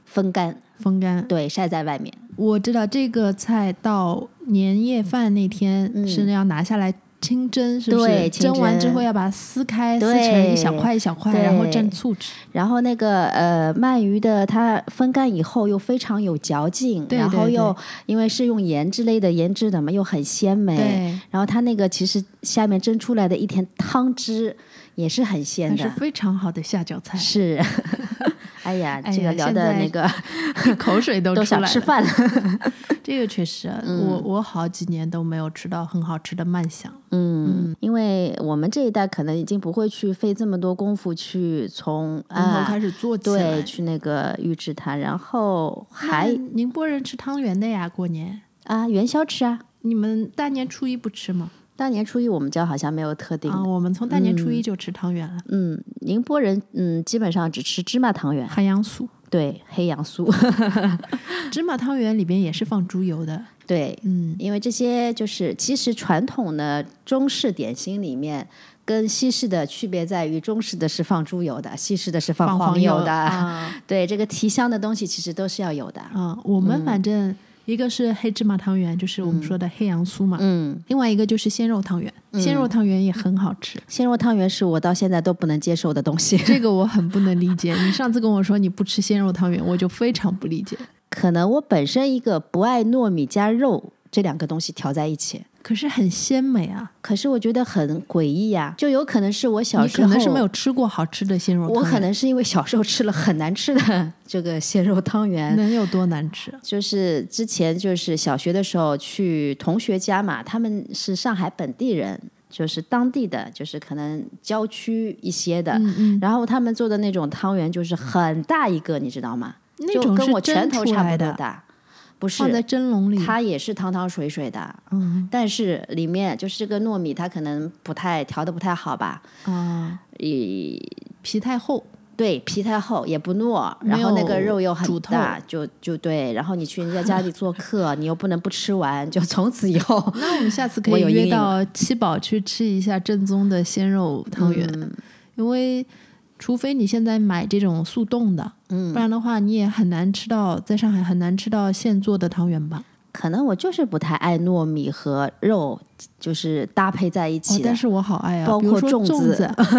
B: 风干，
A: 风干。
B: 对，晒在外面。
A: 我知道这个菜到年夜饭那天是要拿下来清蒸，是不
B: 嗯对
A: 是？
B: 清蒸
A: 蒸完之后要把它撕开，撕
B: 对
A: 成一小块一小块，
B: 对
A: 然后蘸醋吃。
B: 然后那个呃鳗鱼的，它风干以后又非常有嚼劲，
A: 对
B: 然后
A: 对
B: 又因为是用盐之类的腌制的嘛，又很鲜美。
A: 对，
B: 然后它那个其实下面蒸出来的一点汤汁也是很鲜
A: 它是
B: 的，
A: 非常好的下酒 菜，
B: 是。哎呀，
A: 哎
B: 这
A: 呀
B: 个聊
A: 现
B: 的
A: 在
B: 那个
A: 口水都
B: 都
A: 出
B: 想
A: 来
B: 吃嗯
A: 了。
B: 饭了。
A: 这个确实，我我好几年都没有吃到很好吃的慢享。
B: 嗯，因为我们这一代可能已经不会去费这么多功夫去从
A: 从头
B: 啊
A: 开始做起
B: 对
A: 来。
B: 去那个预制它，然后还
A: 那宁波人吃汤圆的呀，过年。
B: 啊元宵吃啊。
A: 你们大年初一不吃吗？
B: 大年初一我们家好像没有特定的
A: 啊，我们从大年初一就吃汤圆了，
B: 嗯，宁波人嗯基本上只吃芝麻汤圆，
A: 海洋酥。
B: 对，黑杨酥，
A: 芝麻汤圆里边也是放猪油的，
B: 对，
A: 嗯，
B: 因为这些就是其实传统的中式点心里面。跟西式的区别在于，中式的是放猪油的，西式的是
A: 放
B: 放黄油的。
A: 啊
B: 对，这个提香的东西其实都是要有的。
A: 啊，我
B: 嗯
A: 们反正一个是黑芝麻汤圆，就是我们说的黑洋酥嘛，
B: 嗯，
A: 另外一个就是鲜肉汤圆，鲜肉汤圆也很好 吃。
B: 鲜肉汤圆是我到现在都不能接受的东西。
A: 这个我很不能理解，你上次跟我说你不吃鲜肉汤圆，我就非常不理解。
B: 可能我本身一个不爱糯米加肉这两个东西调在一起，
A: 可是很鲜美啊，
B: 可是我觉得很诡异呀、就有可能是我小
A: 你
B: 时
A: 可
B: 候
A: 能是没有吃过好吃的鲜肉汤圆，
B: 我可能是因为小时候吃了很难吃的 这个鲜肉汤圆，
A: 能有多难吃？
B: 就是之前就是小学的时候去同学家嘛，他们是上海本地人，就是当地的，就是可能郊区一些的，
A: 嗯嗯，
B: 然后他们做的那种汤圆就是很大一个，你知道吗？
A: 那
B: 就
A: 种
B: 跟
A: 是
B: 我拳
A: 蒸
B: 头
A: 出
B: 差
A: 来
B: 不多
A: 的，
B: 大，不是
A: 放在蒸笼里，
B: 它也是汤汤水水的，
A: 嗯
B: 但是里面就是这个糯米，它可能不太调的不太好吧，
A: 啊，
B: 也
A: 皮太厚，
B: 对皮太厚也不糯，
A: 没有
B: 然后那个肉又很
A: 煮透
B: 大，就就对，然后你去人家家里做 客，你又不能不吃完，就从此以后，
A: 那我们下次可
B: 我
A: 以
B: 有阴
A: 约
B: 影
A: 到七宝去吃一下正宗的鲜肉汤
B: 嗯
A: 圆，因为除非你现在买这种速冻的，
B: 嗯
A: 不然的话你也很难吃到，在上海很难吃到现做的汤圆吧。
B: 可能我就是不太爱糯米和肉就是搭配在一
A: 哦
B: 起，的。
A: 但是我好爱啊，
B: 包
A: 比如
B: 括
A: 说
B: 粽
A: 粽
B: 子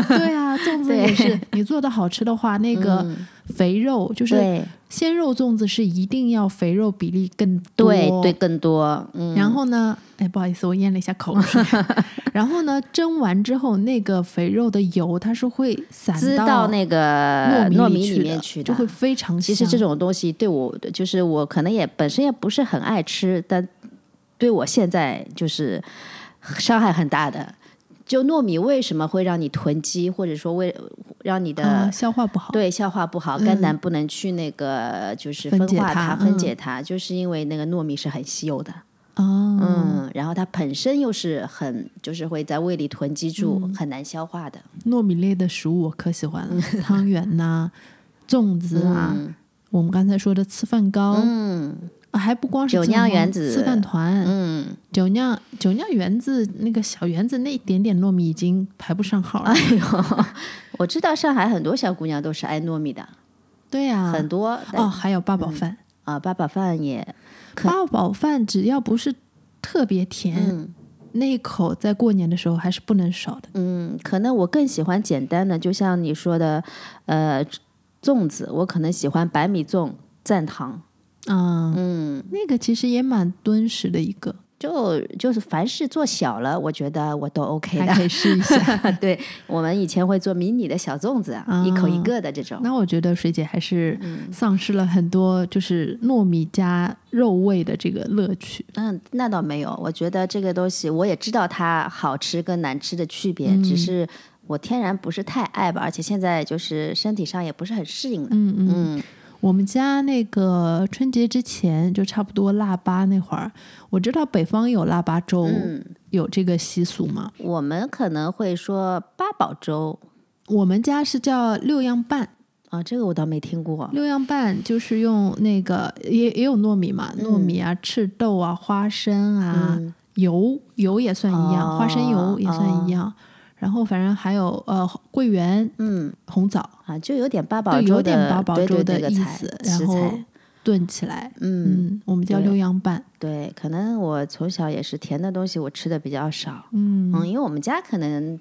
A: 对啊，粽 子也是，你做的好吃的话，那个肥肉就是
B: 嗯对
A: 鲜肉粽子是一定要肥肉比例更多，
B: 对对，更多，嗯，
A: 然后呢，哎，不好意思，我咽了一下口 水。然后呢，蒸完之后，那个肥肉的油它是会散
B: 滋到那个
A: 糯
B: 糯
A: 米
B: 米里
A: 去
B: 面
A: 的
B: 去
A: 就会非常香。
B: 其实这种东西对我，就是我可能也本身也不是很爱吃，但对我现在就是伤害很大的。就糯米为什么会让你囤积，或者说为让你的、
A: 啊、消化不好，
B: 对消化不好，肝胆不能去那个就是
A: 分
B: 分
A: 解它
B: 化它、
A: 嗯
B: 分解它，就是因为那个糯米是很稀有的，
A: 啊，
B: 嗯，然后它本身又是很就是会在胃里囤积住，
A: 嗯
B: 很难消化的。
A: 糯米类的食物我可喜欢 了，汤圆呐、粽子啊，
B: 嗯
A: 我们刚才说的粢饭糕，嗯、还不光是
B: 酒
A: 粢
B: 酿
A: 糕
B: 圆子
A: 粢饭团，嗯，酒酿酒酿圆子那个小圆子那一点点糯米已经排不上
B: 啊
A: 号了，
B: 哎我知道上海很多小姑娘都是爱糯米的，
A: 啊对呀、
B: 很多但
A: 哦，还有八宝饭。
B: 啊，八宝饭也
A: 八宝饭只要不是特别甜，那一口在过年的时候还是不能少的。
B: 嗯，可能我更喜欢简单的，就像你说的，呃，粽子，我可能喜欢白米粽蘸糖，
A: 嗯嗯，那个其实也蛮敦实的一个，
B: 就就是凡事做小了，我觉得我都 OK
A: 还可
B: 的。
A: 以试 一下。
B: 对我们以前会做迷你的小粽子，啊、一口一个的这种。
A: 那我觉得水姐还是
B: 嗯
A: 丧失了很多就是糯米加肉味的这个乐趣。
B: 嗯，那倒没有，我觉得这个东西我也知道它好吃跟难吃的区别，
A: 嗯
B: 只是我天然不是太爱吧，而且现在就是身体上也不是很适应的。
A: 嗯嗯，我们家那个春节之前就差不多腊八那会儿，我知道北方有腊八粥，
B: 嗯
A: 有这个习俗嘛。
B: 我们可能会说八宝粥
A: 我们家是叫六样半，
B: 啊，这个我倒没听过。
A: 六样半就是用那个也也有糯米嘛，糯米啊、赤豆啊、花生啊、
B: 嗯
A: 油油也算一样，
B: 哦
A: 花生油也算一样。然后反正还有呃桂圆、
B: 嗯
A: 红枣，
B: 啊，就有点八宝
A: 对，
B: 粥
A: 有点八宝
B: 对
A: 粥
B: 对
A: 的
B: 那个
A: 意
B: 菜
A: 思，
B: 食
A: 然后
B: 材
A: 炖起来，
B: 嗯，
A: 嗯，我们叫
B: 对
A: 六样半，
B: 对，可能我从小也是甜的东西，我吃的比较少。
A: 嗯
B: 嗯，因为我们家可能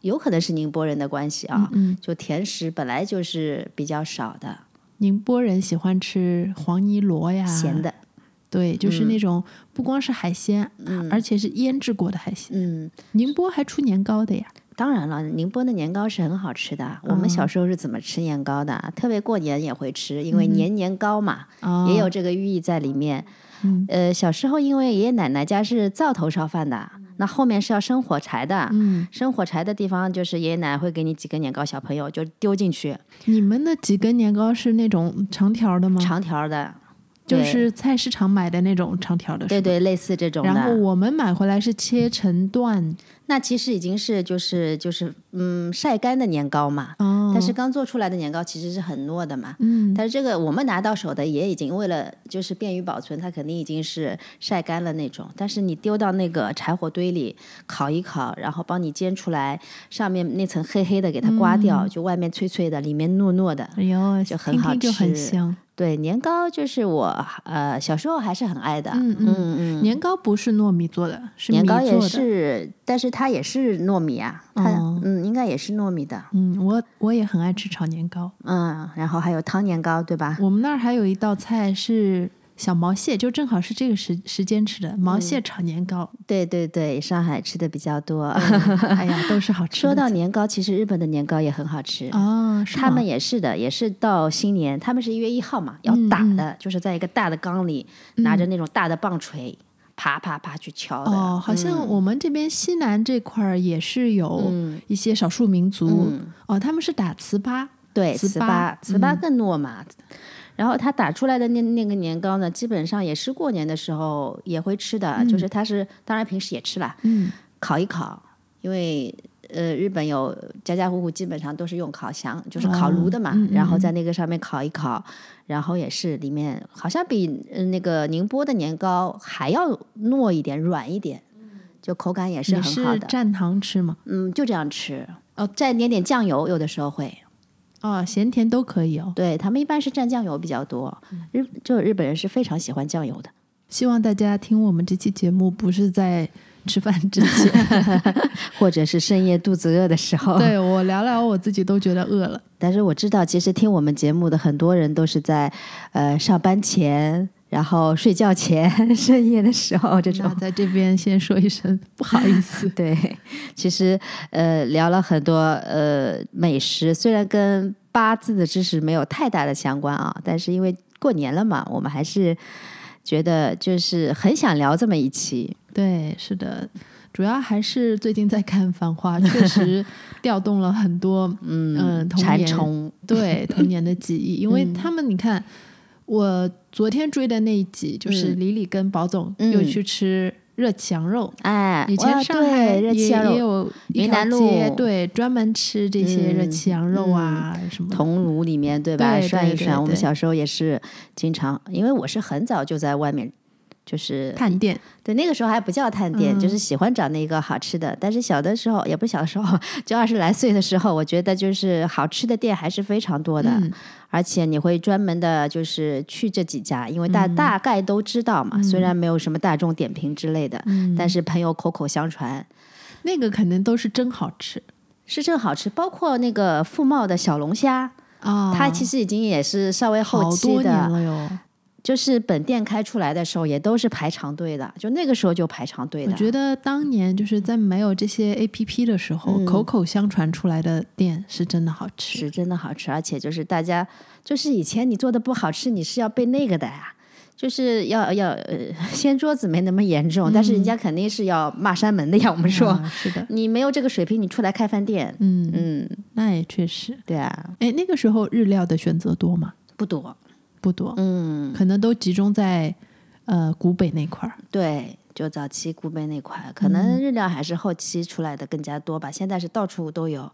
B: 有可能是宁波人的关系啊，
A: 嗯，
B: 就甜食本来就是比较少的，
A: 宁波人喜欢吃黄泥螺呀，
B: 咸，的。
A: 对，就是那种不光是海鲜，
B: 嗯
A: 而且是腌制过的海鲜。
B: 嗯，
A: 宁波还出年糕的呀，
B: 当然了，宁波的年糕是很好吃的。
A: 嗯
B: 我们小时候是怎么吃年糕的？啊特别过年也会吃，
A: 嗯
B: 因为年年糕嘛，
A: 啊，
B: 也有这个寓意在里面。
A: 嗯
B: 呃，小时候因为爷爷奶奶家是灶头烧饭的，那后面是要生火柴的。
A: 嗯，
B: 生火柴的地方就是爷爷奶奶会给你几根年糕，小朋友就丢进去，
A: 你们的几根年糕是那种长条的吗？
B: 长条的，
A: 就
B: 对
A: 是菜市场买的那种长条的，
B: 对
A: 是吧。
B: 对，嗯类似这种
A: 然后
B: 的。
A: 我们买回来是切成段，
B: 那其实已经是就是就是嗯晒干的年糕嘛，
A: 哦，
B: 但是刚做出来的年糕其实是很糯的嘛。
A: 嗯，
B: 但是这个我们拿到手的也已经为了就是便于保存，它肯定已经是晒干了那种。但是你丢到那个柴火堆里烤一烤，然后帮你煎出来，上面那层黑黑的给它刮掉，就外面脆脆的，里面糯糯的。
A: 哎呦，
B: 就很
A: 听
B: 好
A: 听就很
B: 吃
A: 香。
B: 对，年糕就是我呃小时候还是很爱的，
A: 嗯嗯年糕不是糯米做的，是
B: 年
A: 米
B: 糕
A: 做
B: 也
A: 的。
B: 是，但是它也是糯米啊，它、
A: 哦
B: 嗯应该也是糯米的，
A: 嗯，我我也很爱吃炒年糕。
B: 嗯，然后还有汤年糕对吧？
A: 我们那儿还有一道菜是小毛蟹，就正好是这个时时间吃的
B: 嗯
A: 毛蟹炒年糕。
B: 对对对，上海吃的比较多。
A: 哎呀，都是好吃的。
B: 说到年糕，其实日本的年糕也很好吃。
A: 啊，嗯是
B: 他
A: 吗
B: 们也是的，也是到新年，他们是一月一号嘛，要
A: 嗯
B: 打的，就是在一个大的缸里，拿着那种大的棒锤，啪啪啪去敲的。嗯
A: 哦，好像我们这边西南这块儿也是有一些少数民族、
B: 嗯
A: 哦，他们是打糍粑。
B: 对，
A: 糍
B: 糍嗯
A: 粑
B: 粑，糍粑更糯嘛。然后它打出来的那那个年糕呢，基本上也是过年的时候也会吃的，就是它是当然平时也吃啦，
A: 嗯，
B: 烤一烤，因为呃日本有家家户户基本上都是用烤箱，就是烤炉的嘛，
A: 嗯嗯
B: 然后在那个上面烤一烤，然后也是里面好像比、呃、那个宁波的年糕还要糯一点、软一点，就口感嗯也是
A: 你
B: 很
A: 是
B: 好的，
A: 蘸糖吃吗？
B: 嗯，就这样吃，哦，蘸点点酱油，有的时候会。
A: 哦，咸甜都可以哦。
B: 对他们一般是蘸酱油比较多，日就日本人是非常喜欢酱油的。
A: 希望大家听我们这期节目不是在吃饭之 前。
B: 或者是深夜肚子饿的时候，
A: 对我聊聊，我自己都觉得饿了。
B: 但是我知道，其实听我们节目的很多人都是在，呃，上班前，然后睡觉前、 深夜的时候这
A: 那
B: 种。。
A: 在这边先说一声不好意思
B: 对，其实呃，聊了很多呃美食，虽然跟八字的知识没有太大的相关啊，但是因为过年了嘛，我们还是觉得就是很想聊这么一期。
A: 对，是的，主要还是最近在看《繁花》，确实调动了很多嗯童
B: 馋
A: 年
B: 虫，
A: 对童年的记忆，因为
B: 嗯
A: 他们你看，我昨天追的那一集就是李李跟宝总
B: 嗯
A: 又去吃热气羊肉。
B: 哎，
A: 以前
B: 哇
A: 上
B: 对
A: 海也
B: 热气羊肉
A: 也有一
B: 云
A: 条
B: 南路
A: 街，对，专门吃这些
B: 嗯
A: 热气羊肉啊什么的。
B: 桐庐里面，对吧？
A: 对对
B: 涮一
A: 对
B: 涮。我们
A: 对
B: 小时候也是经常，因为我是很早就在外面，就是
A: 探店，
B: 对那个时候还不叫探店，就是喜欢找那个好吃的。但是小的时候，也不是小时候，就二十来岁的时候，我觉得就是好吃的店还是非常多的，
A: 嗯
B: 而且你会专门的就是去这几家，因为大、大概都知道嘛，虽然没有什么大众点评之类的，但是朋友口口相传。
A: 那个肯定都是真好吃
B: 是真好吃，包括那个富茂的小龙虾，
A: 啊！
B: 它其实已经也是稍微后
A: 好
B: 期
A: 多
B: 的，
A: 年了哟，
B: 就是本店开出来的时候，也都是排长队的，就那个时候就排长队
A: 我
B: 的。
A: 觉得当年就是在没有这些 A P P 的时候，口口相传出来的店是真的好吃。
B: 嗯是真的好吃，而且就是大家，就是以前你做的不好吃，你是要被那个的呀、就是要要、呃、掀桌子没那么严重，但是
A: 嗯
B: 人家肯定是要骂山门的呀。我们说、
A: 啊是的，
B: 你没有这个水平，你出来开饭店，
A: 嗯，
B: 哦嗯，
A: 那也确实。
B: 对啊，
A: 哎，那个时候日料的选择多吗？
B: 不多，
A: 不多，
B: 嗯，
A: 可能都集中在呃古北那块儿。
B: 对，就早期古北那块，
A: 嗯
B: 可能日料还是后期出来的更加多吧。现在是到处都有，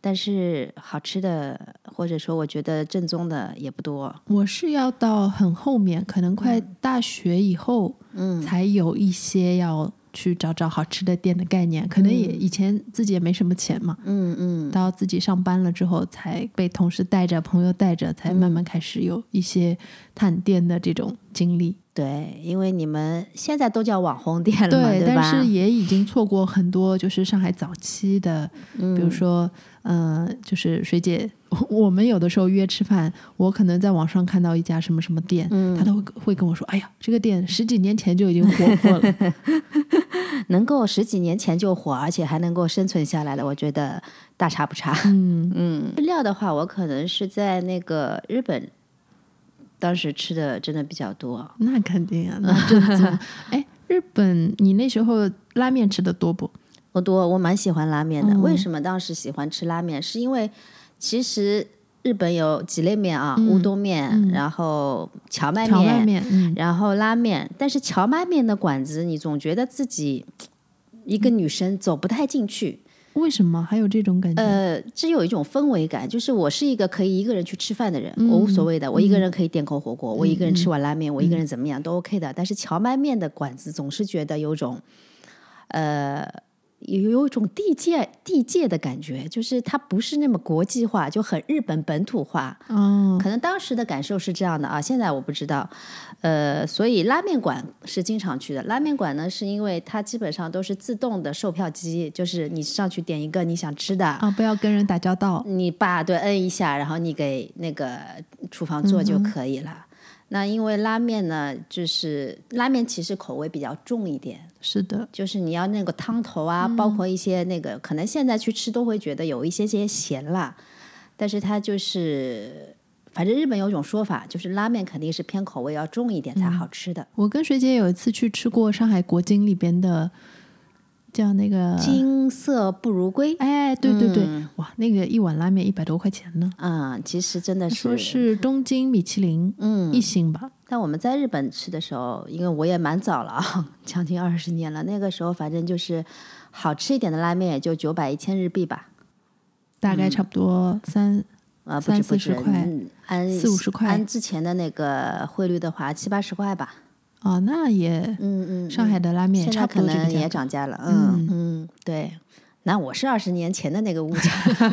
B: 但是好吃的或者说我觉得正宗的也不多。
A: 我是要到很后面，可能快大学以后，
B: 嗯
A: 才有一些要去找找好吃的店的概念。可能也以前自己也没什么钱嘛，
B: 嗯嗯，
A: 到自己上班了之后，才被同事带着、朋友带着，才
B: 嗯
A: 慢慢开始有一些探店的这种经历。
B: 对，因为你们现在都叫网红店了嘛，
A: 对，但
B: 吧？
A: 是也已经错过很多，就是上海早期的，
B: 嗯
A: 比如说，呃，就是水姐，我们有的时候约吃饭，我可能在网上看到一家什么什么店，
B: 嗯
A: 她都会会跟我说，哎呀，这个店十几年前就已经火过 了，
B: 能够十几年前就火，而且还能够生存下来的，我觉得大差不差。
A: 嗯，
B: 嗯，日料的话，我可能是在那个日本，当时吃的真的比较多。
A: 那肯定啊，那正 宗。哎，日本，你那时候拉面吃的多不？
B: 我多，我蛮喜欢拉面的。
A: 嗯
B: 为什么当时喜欢吃拉面？是因为其实日本有几类面啊，乌冬面，然后荞
A: 嗯
B: 麦
A: 荞麦面，嗯，
B: 然后拉面。但是荞麦面的馆子，你总觉得自己一个女生走不太进去。
A: 为什么还有这种感觉？
B: 呃，这有一种氛围感，就是我是一个可以一个人去吃饭的人，我无所谓的，我一个人可以点口火锅，我一个人吃碗拉面，我一个人怎么样都 OK 的。但是荞麦面的馆子总是觉得有种，呃，有有一种地界地界的感觉，就是它不是那么国际化，就很日本本土化。
A: 哦，
B: 可能当时的感受是这样的啊，现在我不知道，呃，所以拉面馆是经常去的。拉面馆呢，是因为它基本上都是自动的售票机，就是你上去点一个你想吃的，
A: 啊，不要跟人打交道，
B: 你把对摁一下，然后你给那个厨房做就可以了。那因为拉面呢，就是拉面其实口味比较重一点，
A: 是的，
B: 就是你要那个汤头啊，包括一些那个，可能现在去吃都会觉得有一些些咸辣，但是它就是，反正日本有一种说法，就是拉面肯定是偏口味要重一点才好吃的。
A: 我跟水姐有一次去吃过上海国金里边的，叫那个，
B: 金色不如归，
A: 哎，对对对，哇，那个一碗拉面一百多块钱呢，
B: 嗯，其实真的
A: 说是东京米其林，嗯，一星吧，
B: 但我们在日本吃的时候，因为我也蛮早了啊， 将近二十年了。那个时候反正就是好吃一点的拉面也就九百一千日币吧，
A: 大
B: 嗯
A: 概差不多三，
B: 啊，不
A: 三
B: 止不
A: 四十，
B: 止
A: 块
B: 嗯按
A: 四五十块
B: 按之前的那个汇率的话，七八十块吧。
A: 啊，那也
B: 嗯嗯，
A: 上海的拉面也
B: 现
A: 差
B: 在
A: 不
B: 可
A: 多这个
B: 能也
A: 价格，
B: 涨价了。嗯嗯，对。那我是二十年前的那个物价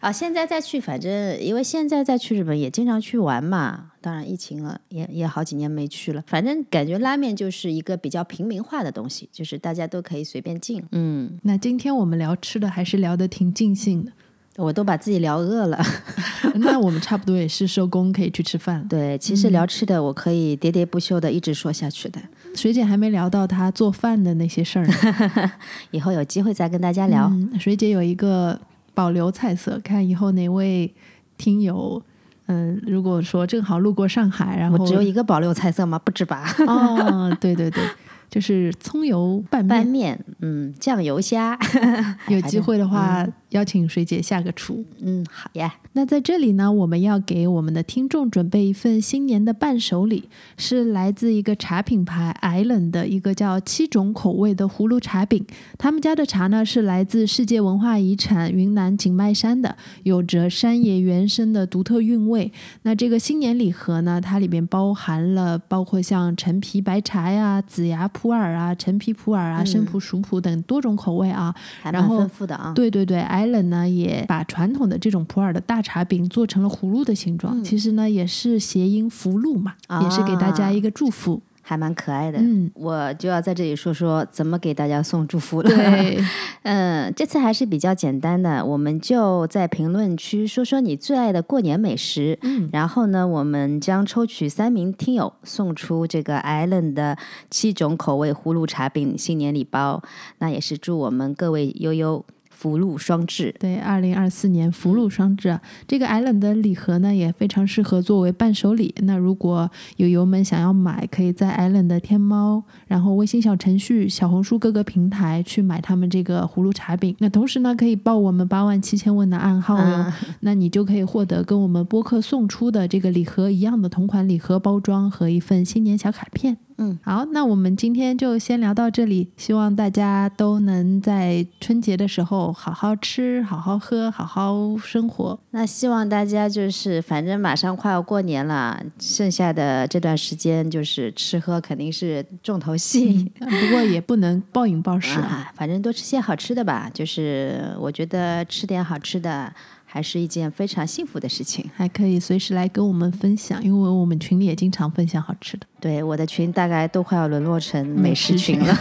B: 啊，现在再去，反正因为现在再去日本也经常去玩嘛。当然疫情了，也也好几年没去了。反正感觉拉面就是一个比较平民化的东西，就是大家都可以随便进。嗯，
A: 那今天我们聊吃的还是聊得挺尽兴的，
B: 我都把自己聊饿了。
A: 那我们差不多也是收工可以去吃饭了。
B: 对，其实
A: 嗯
B: 聊吃的我可以喋喋不休的一直说下去的，
A: 水姐还没聊到她做饭的那些事儿呢。
B: 以后有机会再跟大家聊。
A: 嗯，水姐有一个保留菜色，看以后哪位听友，嗯、如果说正好路过上海，然后
B: 我只有一个保留菜色吗？不止吧。
A: 哦，对对对，就是葱油拌
B: 拌
A: 面。
B: 面，嗯，酱油虾，
A: 有机会的话，邀请水姐下个厨。
B: 嗯，好呀，
A: 那在这里呢，我们要给我们的听众准备一份新年的伴手礼，是来自一个茶品牌 Island 的一个叫七种口味的葫芦茶饼。他们家的茶呢是来自世界文化遗产云南景迈山的，有着山野原生的独特韵味。那这个新年礼盒呢，它里边包含了包括像陈皮白茶呀、紫芽普洱啊、陈皮普洱啊、生普、熟普等多种口味啊。
B: 还
A: 然
B: 蛮
A: 后
B: 丰富的啊。
A: 对对对，Allen 呢也把传统的这种普洱的大茶饼做成了葫芦的形
B: 嗯
A: 状，其实呢也是谐音福禄嘛，也是给大家一个祝福。
B: 还蛮可啊爱的。
A: 嗯，
B: 我就要在这里说说怎么给大家送祝福了。
A: 对，
B: 嗯，这次还是比较简单的，我们就在评论区说说你最爱的过年美食。
A: 嗯，
B: 然后呢，我们将抽取三名听友送出这个 Island 的七种口味葫芦茶饼新年礼包。那也是祝我们各位悠悠福禄双至。
A: 对，二零二四年福禄双至啊，这个 Allen 的礼盒呢也非常适合作为伴手礼。那如果有友们想要买，可以在 Allen 的天猫，然后微信小程序、小红书各个平台去买他们这个葫芦茶饼。那同时呢，可以报我们八万七千问的暗号哟、哦，那你就可以获得跟我们播客送出的这个礼盒一样的同款礼盒包装和一份新年小卡片。
B: 嗯，
A: 好，那我们今天就先聊到这里，希望大家都能在春节的时候好好吃、好好喝、好好生活。
B: 那希望大家就是，反正马上快要过年了，剩下的这段时间就是吃喝肯定是重头戏，
A: 嗯、不过也不能暴饮暴食、
B: 啊、啊，反正多吃些好吃的吧。就是我觉得吃点好吃的。还是一件非常幸福的事情，
A: 还可以随时来跟我们分享，因为我们群里也经常分享好吃的。
B: 对，我的群大概都快要沦落成美食群了。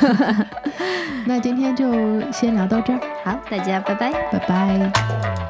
A: 那今天就先聊到这儿，
B: 好，大家拜拜，
A: 拜拜。